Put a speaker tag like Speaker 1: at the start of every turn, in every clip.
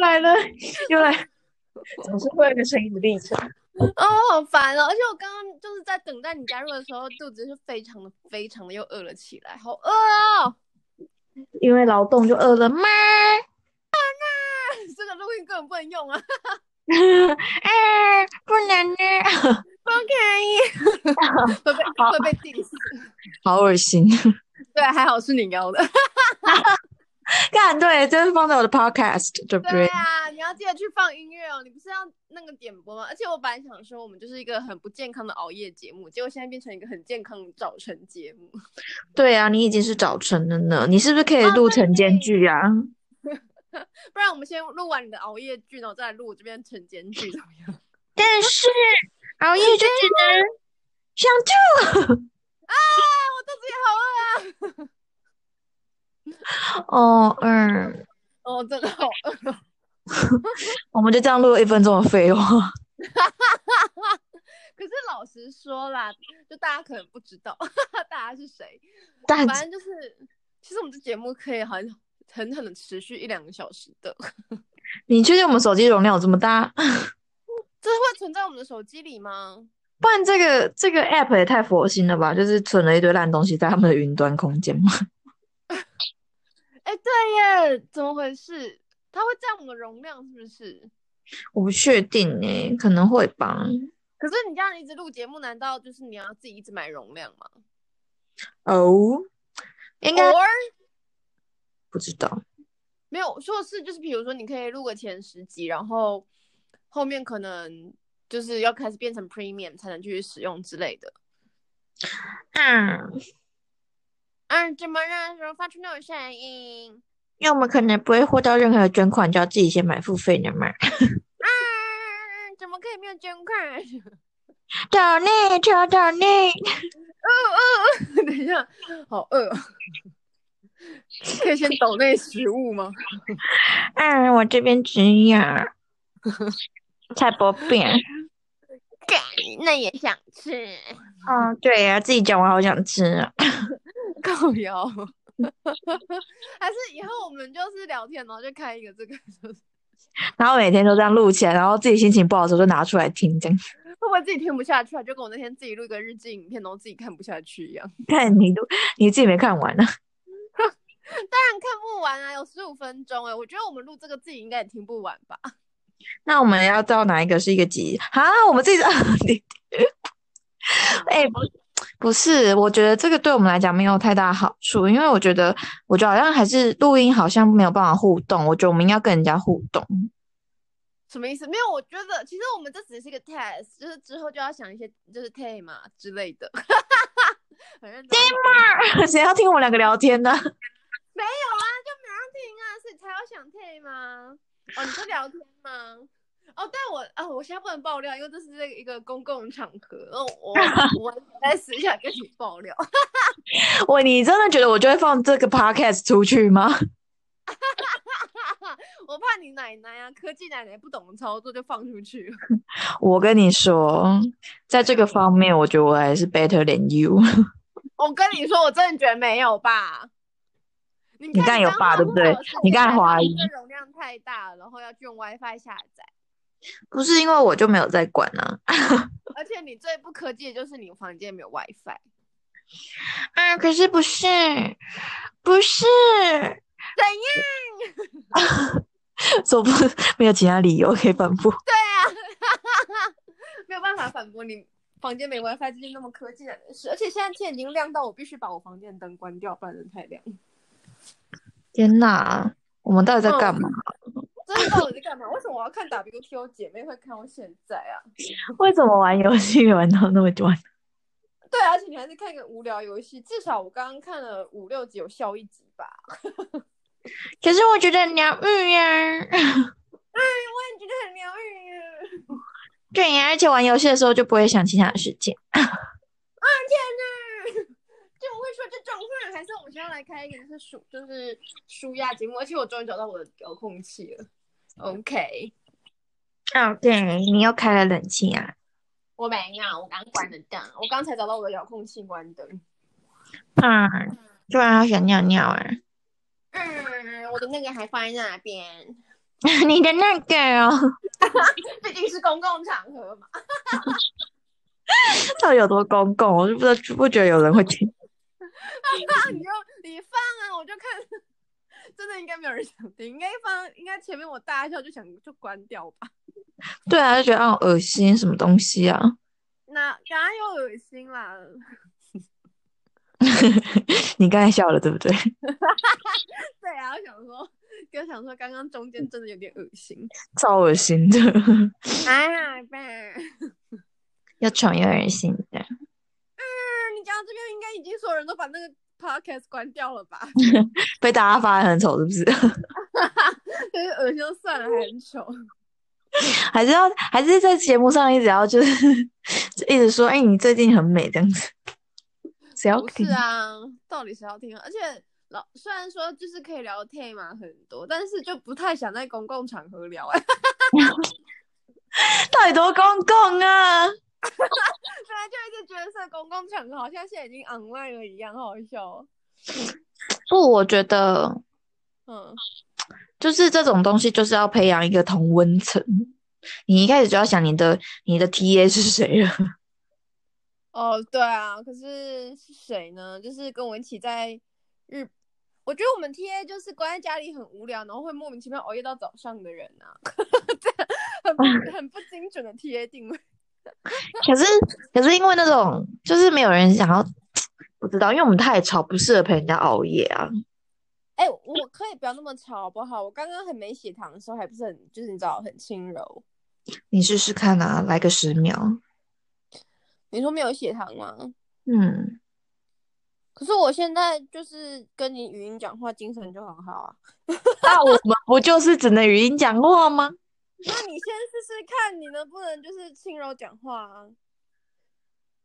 Speaker 1: 来了， 又来，总是会有一个声音的历程。
Speaker 2: 哦，好烦哦！而且我刚刚就是在等待你加入的时候，肚子是非常的、非常的又饿了起来，好饿哦！
Speaker 1: 因为劳动就饿了吗？
Speaker 2: 这个录音根本不能用啊，
Speaker 1: 哎，不能呢，
Speaker 2: 不可以，会被会被定死。
Speaker 1: 好恶心。
Speaker 2: 对，还好是你邀的。
Speaker 1: 看，对，这是放在我的 podcast，对不
Speaker 2: 对啊，你要记得去放音乐哦。你不是要那个点播吗？而且我本来想说，我们就是一个很不健康的熬夜节目，结果现在变成一个很健康的早晨节目。
Speaker 1: 对啊，你已经是早晨了呢，你是不是可以录晨间剧啊？
Speaker 2: 不然我们先录完你的熬夜剧，然后再来录我这边晨间剧，怎 么样？
Speaker 1: 但是熬夜就只能想吐。
Speaker 2: 啊，我肚子也好饿 啊！
Speaker 1: 哦，嗯，
Speaker 2: 哦，真的好饿哦。
Speaker 1: 我们就这样录了一分钟的废话。
Speaker 2: 可是老实说啦，就大家可能不知道 大家是谁，
Speaker 1: 但
Speaker 2: 反正就是，其实我们这节目可以很狠狠的持续一两个小时的，
Speaker 1: 你确定我们手机容量有这么大？
Speaker 2: 这会存在我们的手机里吗？
Speaker 1: 不然这个这个 app 也太佛心了吧？就是存了一堆烂东西在他们的云端空间嘛。
Speaker 2: 哎，对耶，怎么回事？它会占我们的容量是不是？
Speaker 1: 我不确定诶、可能会吧。
Speaker 2: 可是你这样一直录节目，难道就是你要自己一直买容量吗？
Speaker 1: 哦，应该
Speaker 2: 偶尔
Speaker 1: 不知道。
Speaker 2: 没有，说的是就是，比如说你可以录个前十集，然后后面可能就是要开始变成 premium 才能继续使用之类的。
Speaker 1: 嗯，
Speaker 2: 嗯，怎么让人发出那种声音？
Speaker 1: 因为我们可能不会获到任何捐款，就要自己先买付费的嘛。
Speaker 2: 啊，怎么可以没有捐款？哦
Speaker 1: 岛内，求岛内。
Speaker 2: 哦哦！ 等一下，好饿哦， 可以先抖那食物吗？
Speaker 1: 嗯，我这边只有 菜薄饼。
Speaker 2: 那也想吃，
Speaker 1: 嗯，对呀、自己讲我好想吃啊。
Speaker 2: 够腰。 还是以后我们就是聊天，然后就开一个这个， 就是
Speaker 1: 然后每天都这样录起来，然后自己心情不好的时候就拿出来听，这样。
Speaker 2: 会不会自己听不下去啊？就跟我那天自己录一个日记影片，然后自己看不下去一样。
Speaker 1: 看你都你自己没看完呢、啊
Speaker 2: 当然看不完啊，有十五分钟哎、我觉得我们录这个自己应该也听不完吧？
Speaker 1: 那我们要到哪一个是一个集啊？我们自己的 你哎、不不是，我觉得这个对我们来讲没有太大好处，因为我觉得，我觉得好像还是录音好像没有办法互动，我觉得我们应该跟人家互动。
Speaker 2: 什么意思？没有，我觉得其实我们这只是一个 test，就是之后就要想一些就是 tema 之类的。很认真，没
Speaker 1: 谁要听我们两个聊天呢？
Speaker 2: 有啊，就没人听啊，所以才要想 tema。哦，你是聊天吗？哦，但我啊、我现在不能爆料，因为这是这个一个公共场合。哦， 我我在私下跟你爆料。
Speaker 1: 我你真的觉得我就会放这个 podcast 出去吗？
Speaker 2: 我怕你奶奶啊，科技奶奶不懂操作就放出去了。
Speaker 1: 我跟你说，在这个方面，我觉得我还是 better than you。
Speaker 2: 我跟你说，我真的觉得没有吧。你
Speaker 1: 你看有吧对不对你看华谊
Speaker 2: 这容量太大，然后要用 WiFi 下载，
Speaker 1: 不是因为我就没有在管啊。
Speaker 2: 而且你最不科技的就是你房间没有 WiFi。
Speaker 1: 啊，可是不是，不是，
Speaker 2: 怎样？
Speaker 1: 说不没有其他理由可以反驳。
Speaker 2: 没有办法反驳你房间没 WiFi 这件那么科技的事，而且现在天已经亮到我必须把我房间的灯关掉，不然人太亮。
Speaker 1: 天哪，我们到底在干嘛？
Speaker 2: 真的不知道我在干嘛？为什么我要看 WTO 姐妹会看到现在啊？
Speaker 1: 为什么玩游戏玩到那么晚？
Speaker 2: 对，啊而且你还是看一个无聊游戏，至少我刚刚看了五六集，有笑一集吧。
Speaker 1: 可是我觉得很疗愈呀。
Speaker 2: 我也觉得很疗愈啊。
Speaker 1: 对呀，而且玩游戏的时候就不会想其他的事情。
Speaker 2: 天哪！就我会说这种话，还是我们先要来开一个就是舒就是舒压节目，而且我终于找到我的遥控器了。OK，
Speaker 1: 哦，对，你又开了冷气啊？
Speaker 2: 我没有，我刚关了灯，我刚才找到我的遥控器关灯。
Speaker 1: 啊，突然好想尿尿啊！
Speaker 2: 嗯，我的那个还放在那边。
Speaker 1: 你的那个哦，
Speaker 2: 毕竟是公共场合 嘛。
Speaker 1: 到底有多公共？我就不知道，不觉得有人会听。
Speaker 2: 那你就你放啊，我就看。 真的应该没有人想听，应该放，应该前面我大笑就想就关掉吧。
Speaker 1: 对啊，就觉得啊恶心，什么东西啊？
Speaker 2: 那刚刚又恶心啦，
Speaker 1: 你刚才笑了，对不对？
Speaker 2: 对啊，我想说，就想说刚刚中间真的有点恶心。
Speaker 1: 超恶心的，
Speaker 2: 哎呗，嗯，
Speaker 1: 又丑又恶心的。
Speaker 2: 你讲到这边，应该已经所有人都把那个 podcast 关掉了吧？
Speaker 1: 被大家发现很丑，是不 是？
Speaker 2: 就是恶心就算了，还很丑。
Speaker 1: 还是要还是在节目上一直要就是 就一直说，哎、你最近很美这样子。谁要
Speaker 2: 不
Speaker 1: 听
Speaker 2: 是？啊，到底谁要听啊？而且老虽然说就是可以聊 t 嘛很多，但是就不太想在公共场合聊、哎，
Speaker 1: 到底多公共啊？
Speaker 2: 本来就一直觉得在公共场合好像现在已经 online 了一样，好好笑、哦。
Speaker 1: 不，我觉得
Speaker 2: 嗯，
Speaker 1: 就是这种东西，就是要培养一个同温层。你一开始就要想你的你的 TA 是谁了。
Speaker 2: 哦，对啊，可是是谁呢？就是跟我一起在日，我觉得我们 TA 就是关在家里很无聊，然后会莫名其妙熬夜到早上的人啊， 这很不很不精准的 TA 定位。
Speaker 1: 可是可是因为那种就是没有人想要，不知道，因为我们太吵，不适合陪人家熬夜啊。
Speaker 2: 哎、我可以不要那么吵好不好？我刚刚很没血糖的时候还不是很，就是你知道很轻柔。
Speaker 1: 你试试看啊，来个十秒。
Speaker 2: 你说没有血糖吗？
Speaker 1: 嗯，
Speaker 2: 可是我现在就是跟你语音讲话，精神就很好啊。
Speaker 1: 那我们不就是只能语音讲话吗？
Speaker 2: 那你先试试看，你能不能就是轻柔讲话啊？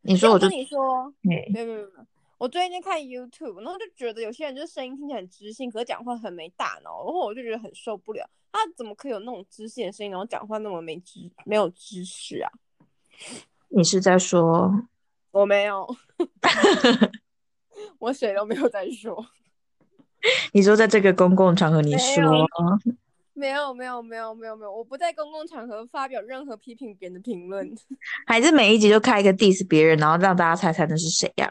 Speaker 1: 你说我就哎
Speaker 2: 跟你说，
Speaker 1: 嘿
Speaker 2: 没有没有没有，我最近在看 YouTube，然后就觉得有些人就是声音听起来很知性，可是讲话很没大脑，然后我就觉得很受不了。他怎么可以有那种知性的声音，然后讲话那么没知没有知识啊？
Speaker 1: 你是在说
Speaker 2: 我没有，我谁都没有在说，
Speaker 1: 你说在这个公共场合你
Speaker 2: 没
Speaker 1: 说
Speaker 2: 有没有没有没有没有没有，我不在公共场合发表任何批评别人的评论，
Speaker 1: 还是每一集就开一个 diss 别人，然后让大家猜猜那是谁呀、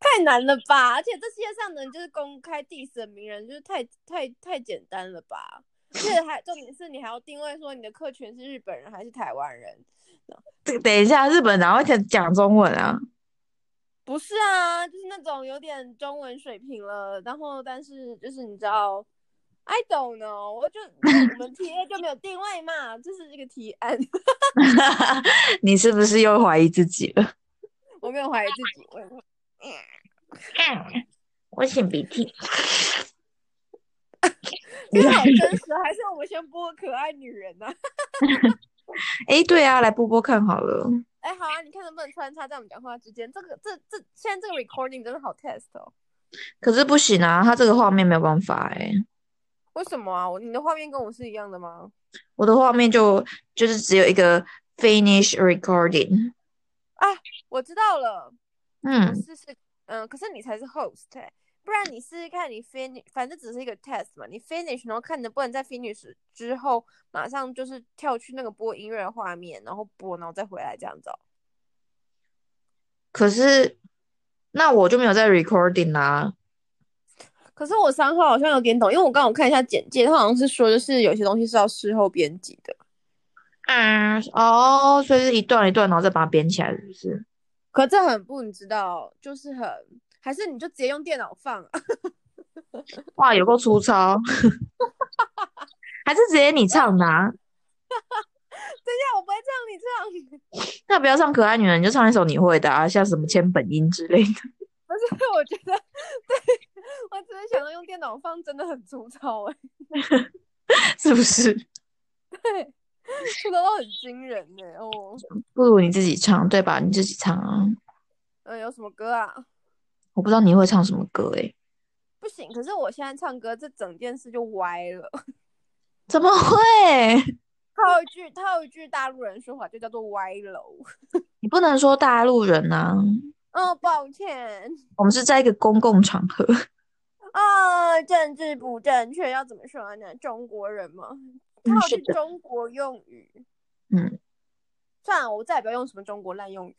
Speaker 2: 太难了吧？而且这世界上能就是公开 diss 的名人，就是太太太简单了吧？而且还重点是你还要定位说你的客群是日本人还是台湾人。
Speaker 1: 这个等一下，日本哪会讲讲中文啊？
Speaker 2: 不是啊，就是那种有点中文水平了，然后但是就是你知道，I don't know，我就 我们 TA 就没有定位嘛，这是一个提案，
Speaker 1: 你是不是又怀疑自己了？
Speaker 2: 我没有怀疑自己，我也没有
Speaker 1: 我擤鼻涕。
Speaker 2: 因为好真实，还是我们先播可爱女人呢、啊？
Speaker 1: 哎，对啊，来播播看好了。
Speaker 2: 哎，好啊，你看能不能穿插在我们讲话之间？这个这这现在这个 recording 真的好 test 哦。
Speaker 1: 可是不行啊，它这个画面没有办法哎、
Speaker 2: 为什么啊？我你的画面跟我是一样的吗？
Speaker 1: 我的画面就就是只有一个 finish recording。
Speaker 2: 我知道了，我
Speaker 1: 嗯，
Speaker 2: 试试，嗯，可是你才是 host，、欸、不然你试试看，你 finish，反正只是一个 test 嘛，你 finish，然后看能不能在 finish 之后马上就是跳去那个播音乐的画面，然后播，然后再回来这样子、哦。
Speaker 1: 可是那我就没有在 recording 啊。
Speaker 2: 可是我三号好像有点懂，因为我刚好看一下简介，他好像是说就是有些东西是要事后编辑的，
Speaker 1: 啊，哦，所以是一段一段，然后再把它编起来，是不是？
Speaker 2: 可这很不，你知道，就是很，还是你就直接用电脑放、 啊，
Speaker 1: 哇，有够粗糙， 还是直接你唱的啊？
Speaker 2: 等一下我不会唱，你 唱，
Speaker 1: 那不要唱可爱女人，你就唱一首你会的啊，像什么千本樱之类的。
Speaker 2: 不是，我觉得，对我只是想到用电脑放真的很粗糙哎、
Speaker 1: 是不是？
Speaker 2: 对，出的都很惊人呢、哦，
Speaker 1: 不如你自己唱，对吧？你自己唱啊，
Speaker 2: 嗯，有什么歌啊？
Speaker 1: 我不知道你会唱什么歌诶、欸
Speaker 2: 不行，可是我现在唱歌，这整件事就歪了。
Speaker 1: 怎么会？
Speaker 2: 套一句，套一句大陆人说法，就叫做歪楼。
Speaker 1: 你不能说大陆人啊，
Speaker 2: 哦，抱歉，
Speaker 1: 我们是在一个公共场合，
Speaker 2: 啊，政治不正确要怎么说呢？中国人嘛，他
Speaker 1: 嗯
Speaker 2: 有
Speaker 1: 是
Speaker 2: 句
Speaker 1: 的
Speaker 2: 中国用语。
Speaker 1: 嗯，
Speaker 2: 算了，我再也不要用什么中国滥 用语，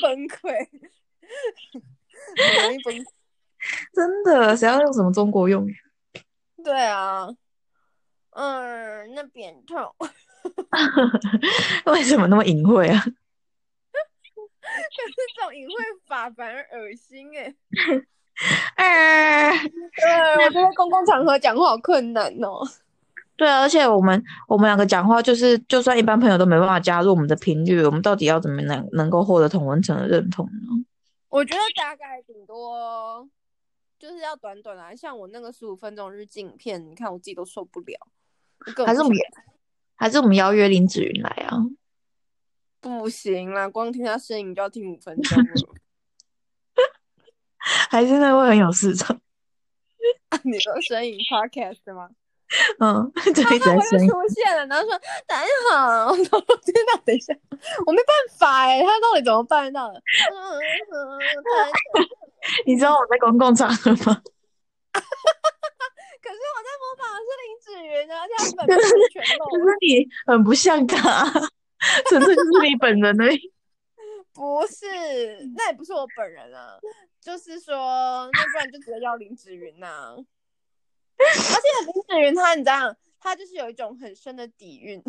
Speaker 2: 崩溃，很容易崩溃。
Speaker 1: 真的，谁要用什么中国用语？
Speaker 2: 对啊，嗯，那扁痛，
Speaker 1: 为什么那么隐晦啊？
Speaker 2: 这种隐晦法反而恶心哎、
Speaker 1: 哎、
Speaker 2: 对，我觉得公共场合讲话好困难哦。
Speaker 1: 对啊，而且我们我们两个讲话，就是就算一般朋友都没办法加入我们的频率，我们到底要怎么能能够获得同文层的认同呢？
Speaker 2: 我觉得大概顶多就是要短短啊，像我那个十五分钟日镜片，你看我自己都受不了。我根本
Speaker 1: 还是我们
Speaker 2: 不想
Speaker 1: 还是我们邀约林子云来啊？
Speaker 2: 不行啦，光听他声音就要听五分钟了。
Speaker 1: 还真的会很有市场？
Speaker 2: 你说声音 podcast 吗？
Speaker 1: 嗯， 就一直
Speaker 2: 他
Speaker 1: 在
Speaker 2: 会
Speaker 1: 声
Speaker 2: 又
Speaker 1: 音。
Speaker 2: 出现了，然后说大家好， 然后我天哪，等一下，我没办法哎，他到底怎么办到的？ 嗯嗯嗯，他
Speaker 1: 你知道我在公共场合 吗？
Speaker 2: 可是我在模仿的是林志云啊，而且他本名是全
Speaker 1: 可
Speaker 2: 露，
Speaker 1: 是你很不像他，纯粹就是你本人而已。
Speaker 2: 不是，那也不是我本人啊，就是说，那不然就直接要林志云呐、而且林志云他，你知道，他就是有一种很深的底蕴，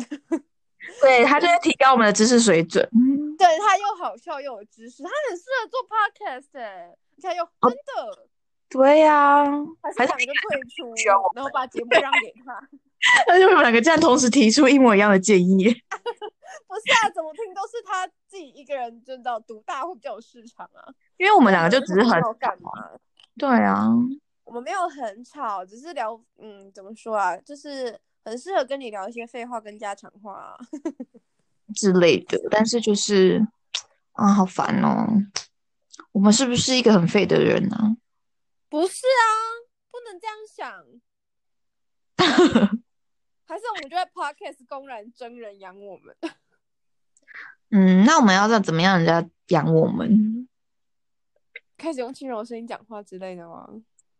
Speaker 1: 对他就是提高我们的知识水准。嗯
Speaker 2: 对他又好笑又有知识，他很适合做 podcast 哎、而且他又真的。
Speaker 1: 对啊呀、
Speaker 2: 还是
Speaker 1: 哦还是
Speaker 2: 两个就退出
Speaker 1: 需要我，
Speaker 2: 然后把节目让给他。
Speaker 1: 而且我们两个竟然同时提出一模一样的建议。
Speaker 2: 不是啊，怎么听都是他自己一个人，真的独大会比较有市场啊。
Speaker 1: 因为我们两个就只是很
Speaker 2: 要干嘛？
Speaker 1: 对啊，
Speaker 2: 我们没有很吵，只是聊，嗯，怎么说啊，就是很适合跟你聊一些废话跟家常话、啊。
Speaker 1: 之类的，但是就是啊，好烦哦！我们是不是一个很废的人啊呢、
Speaker 2: 不是啊，不能这样想。还是我们就在 podcast 公然真人养我们？
Speaker 1: 嗯，那我们要让怎么样人家养我们？
Speaker 2: 开始用轻柔的声音讲话之类的吗？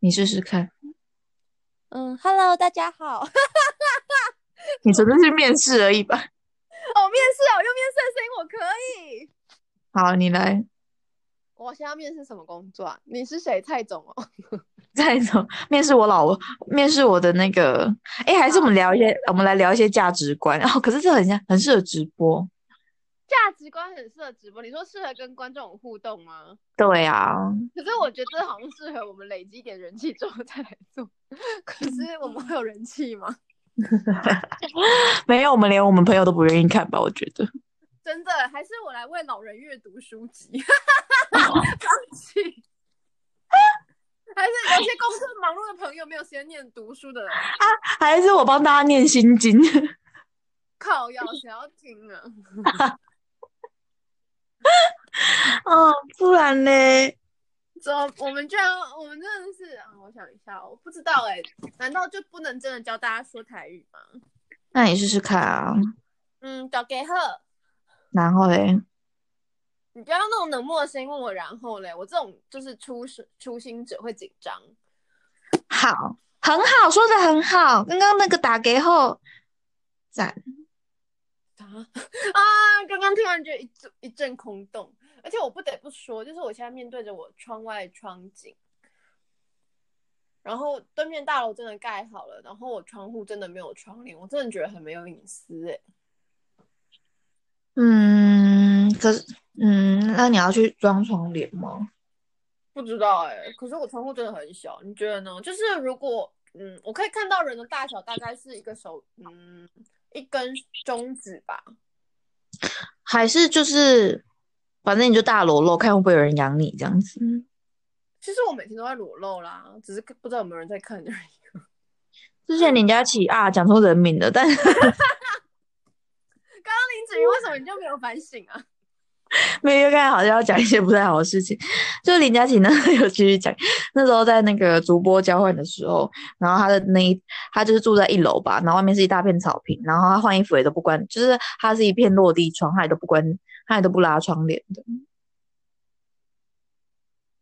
Speaker 1: 你试试看，
Speaker 2: 嗯，Hello，大家好。 哦，
Speaker 1: 你纯粹是面试而已吧。
Speaker 2: 面试啊，我用面试的声音我可以。
Speaker 1: 好，你来
Speaker 2: 我现在面试什么工作啊？你是谁，蔡总哦？
Speaker 1: 再走面试我老，面试我的那个，哎，还是我们聊一些，我们来聊一些价值观。哦，可是这很像，很适合直播。
Speaker 2: 价值观很适合直播，你说适合跟观众有互动吗？
Speaker 1: 对啊，
Speaker 2: 可是我觉得这好像适合我们累积一点人气之后再来做。可是我们会有人气吗？
Speaker 1: 没有，我们连我们朋友都不愿意看吧？我觉得。
Speaker 2: 真的，还是我来为老人阅读书籍， 放弃。还是有些工作忙碌的朋友没有时间念读书的人，
Speaker 1: 还是我帮大家念心经。
Speaker 2: 靠要谁要听啊？
Speaker 1: 哦，不然呢？
Speaker 2: 怎么我们居然我们真的是啊、我想一下，我不知道哎、难道就不能真的教大家说台语吗？
Speaker 1: 那你试试看啊。
Speaker 2: 嗯，大家好。
Speaker 1: 然后嘞，
Speaker 2: 你不要用那种冷漠的声音问我，然后嘞，我这种就是初始初心者会紧张。
Speaker 1: 好，很好，说的很好。刚刚那个打给后，赞。
Speaker 2: 啊 啊！刚刚听完就一阵一阵空洞，而且我不得不说，就是我现在面对着我窗外的窗景，然后对面大楼真的盖好了，然后我窗户真的没有窗帘，我真的觉得很没有隐私哎、
Speaker 1: 嗯，可是，嗯，那你要去装窗帘吗？
Speaker 2: 不知道哎、可是我窗户真的很小，你觉得呢？就是如果嗯，我可以看到人的大小大概是一个手嗯一根中指吧，
Speaker 1: 还是就是，反正你就大裸露，看会不会有人养你这样子。
Speaker 2: 其实我每天都在裸露啦，只是不知道有没有人在 看而已。
Speaker 1: 之前林佳琪啊，讲错人名了，但
Speaker 2: 刚刚林子云为什么你就没有反省 啊？
Speaker 1: 没有看，好像要讲一些不太好的事情。就林佳琪呢， 有继续讲，那时候在那个主播交换的时候，然后他的那一，他就是住在一楼吧，然后外面是一大片草坪，然后他换衣服也都不关，就是他是一片落地窗，他也都不关，他也都不拉窗帘的。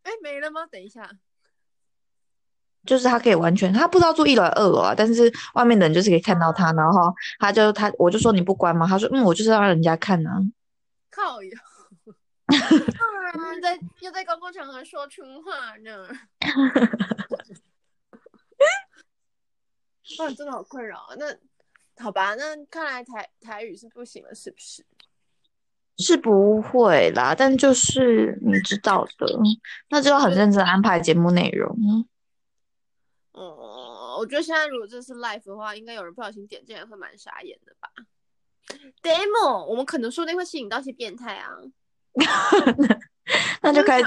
Speaker 2: 哎，没了吗？等一下，
Speaker 1: 就是他可以完全，他不知道住一楼还是二楼啊，但是外面的人就是可以看到他，然后他就他我就说你不关吗？他说嗯，我就是要让人家看啊。
Speaker 2: 靠 呀！啊又在又在公共场合说春话呢。 哇，真的好困扰啊！那好吧，那看来台台语是不行了，是不是？
Speaker 1: 是不会啦，但就是你知道的，那就要很认真安排节目内容。
Speaker 2: 哦、我觉得现在如果这是 live 的话，应该有人不小心点进来会蛮傻眼的吧？demo，我们可能说不定会吸引到一些变态啊。
Speaker 1: 那就开始，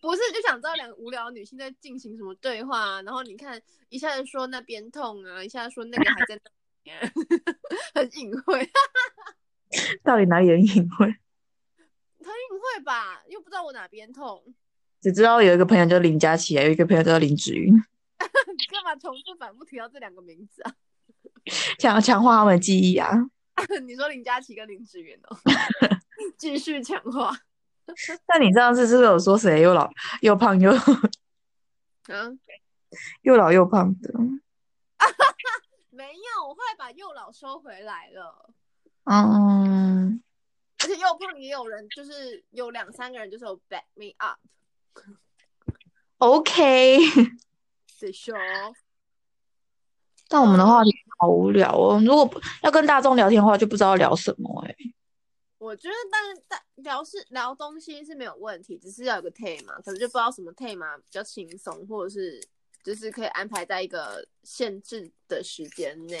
Speaker 2: 不是就想知道两个无聊女性在进行什么对话、啊，然后你看一下子说那边痛啊，一下子说那个还在那边，啊 很隐晦，
Speaker 1: 到底哪里很隐晦？
Speaker 2: 很隐晦吧，又不知道我哪边痛，
Speaker 1: 只知道有一个朋友叫林佳琪，有一个朋友叫林芷云，
Speaker 2: 干嘛重复反复提到这两个名字啊？
Speaker 1: 想要强化他们的记忆啊。
Speaker 2: 你说林佳琪跟林志远哦， 继续强 化，
Speaker 1: 那你上次是不是有说谁又老又胖又
Speaker 2: 嗯，
Speaker 1: 又老又胖的？
Speaker 2: 没有，我后来把右老收回来了。
Speaker 1: 嗯，
Speaker 2: 而且又胖也有人，就是有两三个人就是有 back me up
Speaker 1: OK，
Speaker 2: 的说，
Speaker 1: 但我们的话题好无聊哦。如果不要跟大众聊天的话，就不知道聊什么哎、
Speaker 2: 我觉得但但聊是聊东西是没有问题，只是要有个 tema，可能就不知道什么 tema 比较轻松，或者是就是可以安排在一个限制的时间内。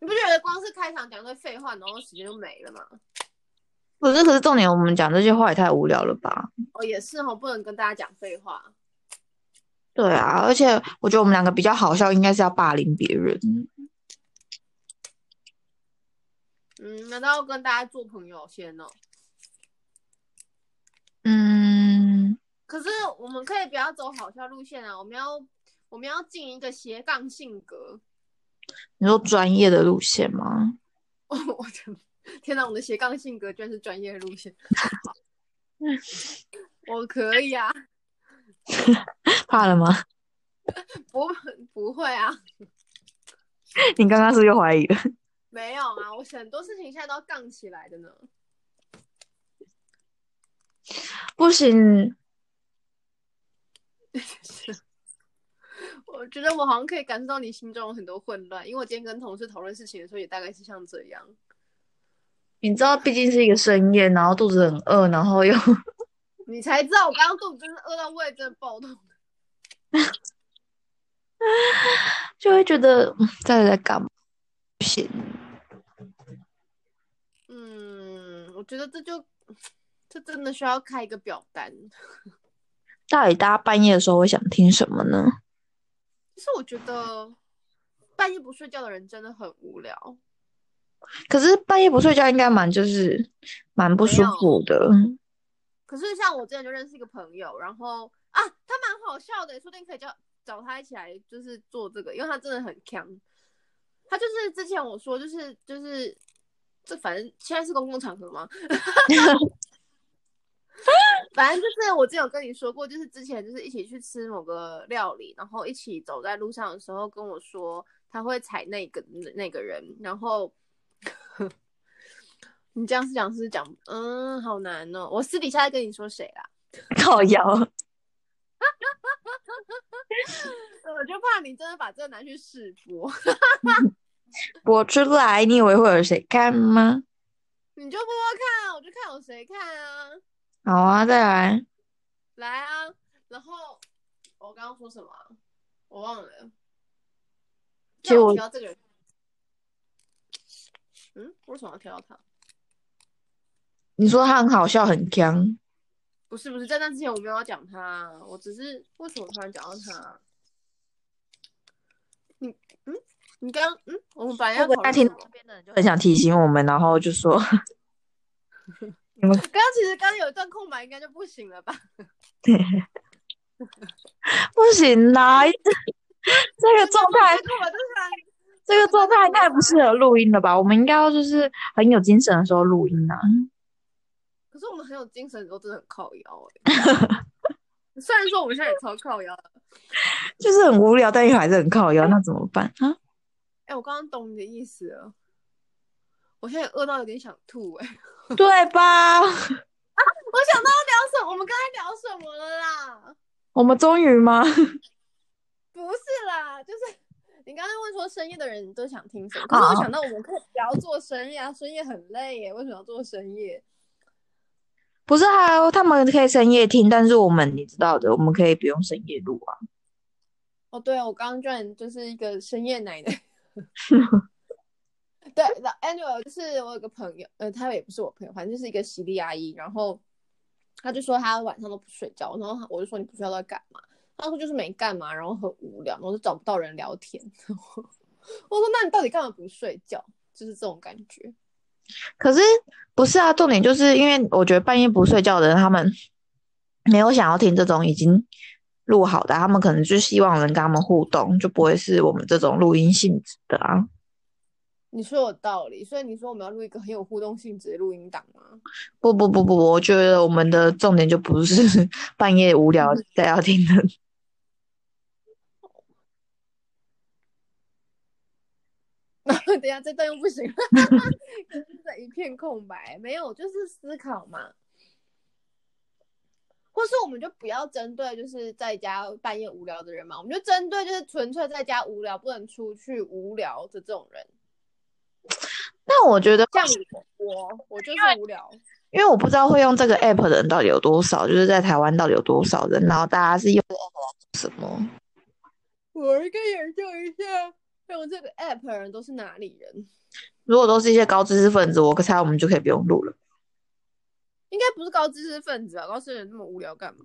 Speaker 2: 你不觉得光是开场讲堆废话，然后时间就没了吗？
Speaker 1: 不是，可是重点，我们讲这些话也太无聊了吧？
Speaker 2: 哦，也是哦，不能跟大家讲废话。
Speaker 1: 对啊，而且我觉得我们两个比较好笑，应该是要霸凌别人。
Speaker 2: 嗯，难道要跟大家做朋友先哦？
Speaker 1: 嗯，
Speaker 2: 可是我们可以不要走好笑路线啊，我们要我们要进一个斜杠性格。
Speaker 1: 你说专业的路线吗？
Speaker 2: 哦， 我的天哪，我们的斜杠性格居然是专业路线。我可以啊，
Speaker 1: 怕了吗？
Speaker 2: 不不会啊，
Speaker 1: 你刚刚是不是又怀疑了？
Speaker 2: 没有啊，我很多事情现在都要杠起来的呢。
Speaker 1: 不行，
Speaker 2: 我觉得我好像可以感受到你心中有很多混乱，因为我今天跟同事讨论事情的时候，也大概是像这样。
Speaker 1: 你知道，毕竟是一个深夜，然后肚子很饿，然后又
Speaker 2: 你才知道我刚刚肚子真的饿到胃真的爆痛。
Speaker 1: 就会觉得嗯到底在干嘛？不行，
Speaker 2: 嗯，我觉得这就这真的需要开一个表单。
Speaker 1: 到底大家半夜的时候会想听什么呢？
Speaker 2: 其实我觉得半夜不睡觉的人真的很无聊。
Speaker 1: 可是半夜不睡觉应该蛮就是蛮不舒服的。
Speaker 2: 可是像我之前就认识一个朋友，然后啊，他蛮好笑的，说不定可以叫找他一起来，就是做这个，因为他真的很强。他就是之前我说，就是就是这反正现在是公共场合吗？反正就是我之前有跟你说过，就是之前就是一起去吃某个料理，然后一起走在路上的时候跟我说他会踩那个那个人，然后 你这样是讲是讲，嗯，好难哦。我私底下再跟你说谁啦，
Speaker 1: 靠腰，
Speaker 2: 我就怕你真的把这个拿去试播，
Speaker 1: 我出来，你以为会有谁看吗？
Speaker 2: 你就播播看啊，我就看有谁看啊，
Speaker 1: 好啊，再来。
Speaker 2: 来啊。然后我刚刚说什么啊、我忘了。
Speaker 1: 其实我
Speaker 2: 要提到这个人，嗯，为什么要提到他？
Speaker 1: 你说他很好笑，很强，
Speaker 2: 不是不是，在那之前我没有要讲他，啊我只是为什么突然讲到他？啊你嗯，你刚刚嗯，我们本来要
Speaker 1: 会不
Speaker 2: 讨
Speaker 1: 会他
Speaker 2: 论
Speaker 1: 听
Speaker 2: 什
Speaker 1: 到
Speaker 2: 么
Speaker 1: 这边的人就很想提醒我们，然后就说你们
Speaker 2: 刚刚其实刚刚有一段空白，应该就不行了吧？
Speaker 1: 不行 啦，一直这个状态，
Speaker 2: 空白就是让你
Speaker 1: 这个状态太不适合录音了吧？我们应该要就是很有精神的时候录音啊。
Speaker 2: 可欸是我们很有精神的时候，真的很靠腰哎、虽然说我们现在也超靠腰的，
Speaker 1: 就是很无聊，但又还是很靠腰，那怎么办啊？
Speaker 2: 哎、我刚刚懂你的意思了，我现在饿到有点想吐哎、
Speaker 1: 对吧？
Speaker 2: 我想到要聊什么，我们刚才聊什么了啦？
Speaker 1: 我们终于吗？
Speaker 2: 不是啦，就是 你刚才问说深夜的人都想听什么，可是我
Speaker 1: 哦
Speaker 2: 想到我们可以不要做深夜啊，深夜很累耶，为什么要做深夜？
Speaker 1: 不是还有他们可以深夜听，但是我们你知道的，我们可以不用深夜录啊。
Speaker 2: 哦，对啊，我刚刚居然就是一个深夜奶奶。 对，那 anyway 就是我有个朋友，呃，他也不是我朋友，反正就是一个犀利阿姨，然后他就说他晚上都不睡觉，然后我就说你不睡觉都在干嘛？他说就是没干嘛，然后很无聊，然后就找不到人聊天。 我说那你到底干嘛不睡觉？就是这种感觉。
Speaker 1: 可是不是啊？重点就是因为我觉得半夜不睡觉的人，他们没有想要听这种已经录好的啊、他们可能就希望能跟他们互动，就不会是我们这种录音性质的啊。
Speaker 2: 你说有道理，所以你说我们要录一个很有互动性质的录音档吗？
Speaker 1: 不不不不，我觉得我们的重点就不是 半夜无聊在要听的。
Speaker 2: 等一下这段又不行，就是一片空白，没有，就是思考嘛。或是我们就不要针对就是在家半夜无聊的人嘛，我们就针对就是纯粹在家无聊不能出去无聊的这种人。
Speaker 1: 但我觉得，
Speaker 2: 像我，我就是无聊。
Speaker 1: 因为我不知道会用这个 app 的人到底有多少，就是在台湾到底有多少人，然后大家是用这个 app 来做什么？
Speaker 2: 我应该研究一下，用这个 app 的人都是哪里人？
Speaker 1: 如果都是一些高知识分子，我猜我们就可以不用录了。
Speaker 2: 应该不是高知识分子啊，高知识人那么无聊干嘛？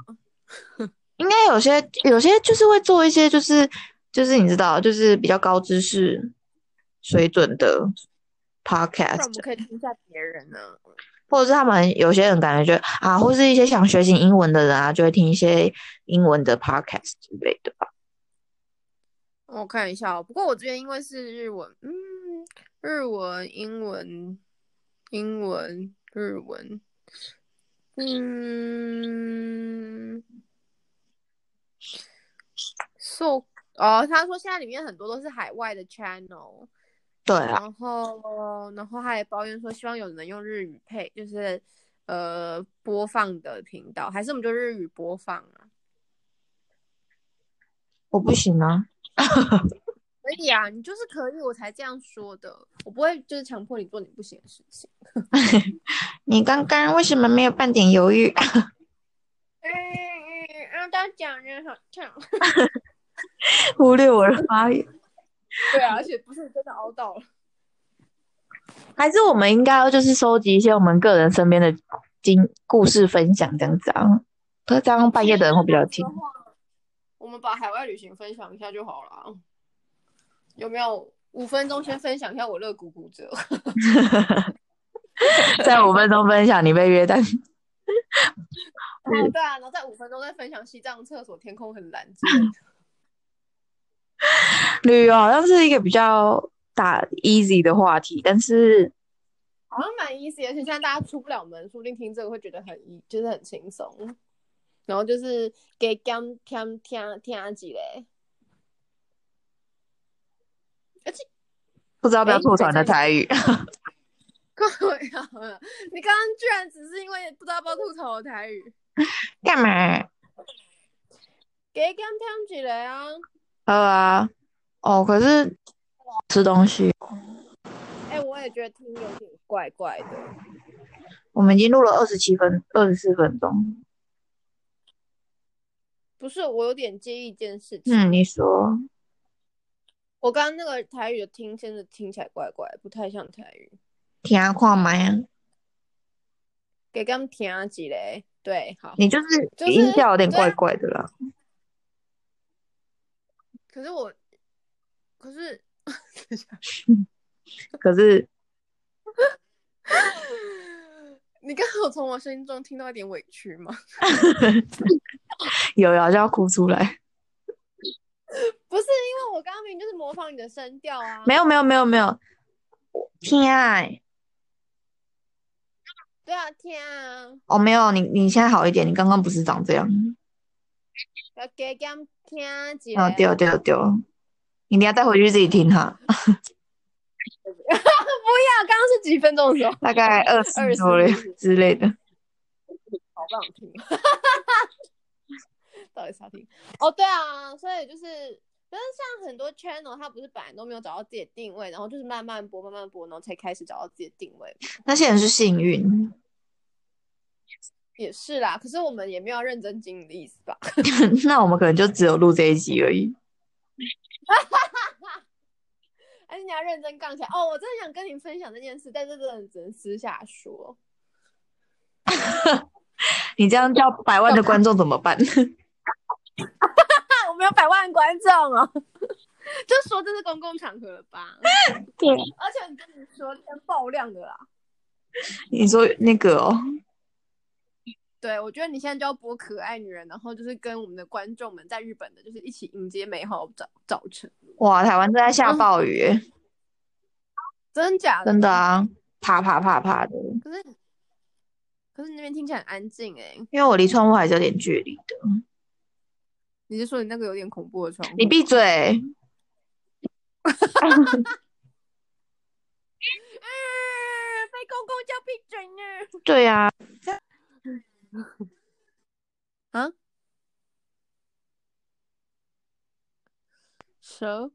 Speaker 1: 应该有些有些就是会做一些就是就是你知道就是比较高知识水准的
Speaker 2: 不
Speaker 1: podcast，
Speaker 2: 然我们可以听一下别人啊呢、
Speaker 1: 或者是他们有些人感觉就啊，或是一些想学习英文的人啊，就会听一些英文的 podcast 之类的吧。
Speaker 2: 我看一下哦，不过我这边因为是日文，嗯，日文、英文、英文、日文，嗯，so 哦，他说现在里面很多都是海外的 channel，
Speaker 1: 对啊，
Speaker 2: 然后然后他也抱怨说希望有人能用日语配，就是呃播放的频道，还是我们就日语播放啊？
Speaker 1: 我不行啊，
Speaker 2: 可以啊，你就是可以，我才这样说的。我不会就是强迫你做你不行的事情。
Speaker 1: 你刚刚为什么没有半点犹豫？
Speaker 2: 嗯嗯，让他讲人好唱。
Speaker 1: 忽略我的发言，
Speaker 2: 对啊，而且不是真的熬到了。
Speaker 1: 还是我们应该要就是收集一些我们个人身边的经故事分享这样子啊？可是这样半夜的人会比较听。
Speaker 2: 我们把海外旅行分享一下就好了。有没有五分钟先分享一下我乐谷骨折？
Speaker 1: 在五分钟分享你被约但
Speaker 2: 哦，对啊，然后在五分钟再分享西藏厕所天空很蓝之类的。
Speaker 1: 旅游好像是一个比较大 easy 的话题，但是
Speaker 2: 好像蛮 easy，而且现在大家出不了门，说不定听这个会觉得很 e 就是很轻松。然后就是给讲听听听几嘞，
Speaker 1: 不知道不要吐槽你的
Speaker 2: 哎
Speaker 1: 台语。
Speaker 2: 各位啊，你刚刚居然只是因为不知道要不要吐槽我台语，
Speaker 1: 干嘛？
Speaker 2: 给讲听几嘞啊？
Speaker 1: 喝啊！哦，可是吃东西，
Speaker 2: 哎、我也觉得听有点怪怪的。
Speaker 1: 我们已经录了二十七分二十四分钟。
Speaker 2: 不是，我有点介意一件事情。
Speaker 1: 嗯，你说
Speaker 2: 我刚刚那个台语的听，真的听起来怪怪，不太像台语。
Speaker 1: 听话吗？
Speaker 2: 给讲听啊几嘞？对，好。
Speaker 1: 你就是
Speaker 2: 就是
Speaker 1: 音调有点
Speaker 2: 对啊
Speaker 1: 怪怪的啦。
Speaker 2: 可是我，可是
Speaker 1: 可是
Speaker 2: 你刚刚有从我声音中听到一点委屈吗？
Speaker 1: 有好像要哭出来。
Speaker 2: 不是，因为我刚刚明明就是模仿你的声调啊。
Speaker 1: 没有没有没有没有，听哎爱
Speaker 2: 对啊，天啊！啊
Speaker 1: 哦没有，你你现在好一点，你刚刚不是长这样。
Speaker 2: 要加减听啊一下。
Speaker 1: 哦，对对对，你等一下再回去自己听哈，
Speaker 2: 不要，啊刚刚是几分钟的时候，
Speaker 1: 大概二十多嘞
Speaker 2: 20
Speaker 1: 之类的。
Speaker 2: 好不好听？ 到底是要听？哦，对啊，所以就是，可是像很多 channel，它不是本来都没有找到自己的定位，然后就是慢慢播、慢慢播，然后才开始找到自己的定位，
Speaker 1: 那些人是幸运，
Speaker 2: 也是啦。可是我们也没有要认真经营的意思吧？
Speaker 1: 那我们可能就只有录这一集而已。
Speaker 2: 而哎且你要认真杠起来哦！我真的想跟你分享这件事，但是真的只能私下说。
Speaker 1: 你这样叫百万的观众怎么办？
Speaker 2: 啊我们有百万观众哦， 就说这是公共场合了吧？
Speaker 1: 对，
Speaker 2: 而且我跟你说，天爆量的啦。
Speaker 1: 你说那个哦，
Speaker 2: 对，我觉得你现在就要播《可爱女人》，然后就是跟我们的观众们在日本的，就是一起迎接美好早早晨。
Speaker 1: 哇，台湾正在下暴雨耶，
Speaker 2: 真假的？
Speaker 1: 真的。啊，啪啪啪啪的。
Speaker 2: 可是，可是你那边听起来很安静哎、
Speaker 1: 因为我离窗户还是有点距离的。
Speaker 2: 你是说你那个有点恐怖的窗户？
Speaker 1: 你闭 嘴！
Speaker 2: 啊！被公公叫闭嘴呢。
Speaker 1: 对呀、啊，
Speaker 2: 蛇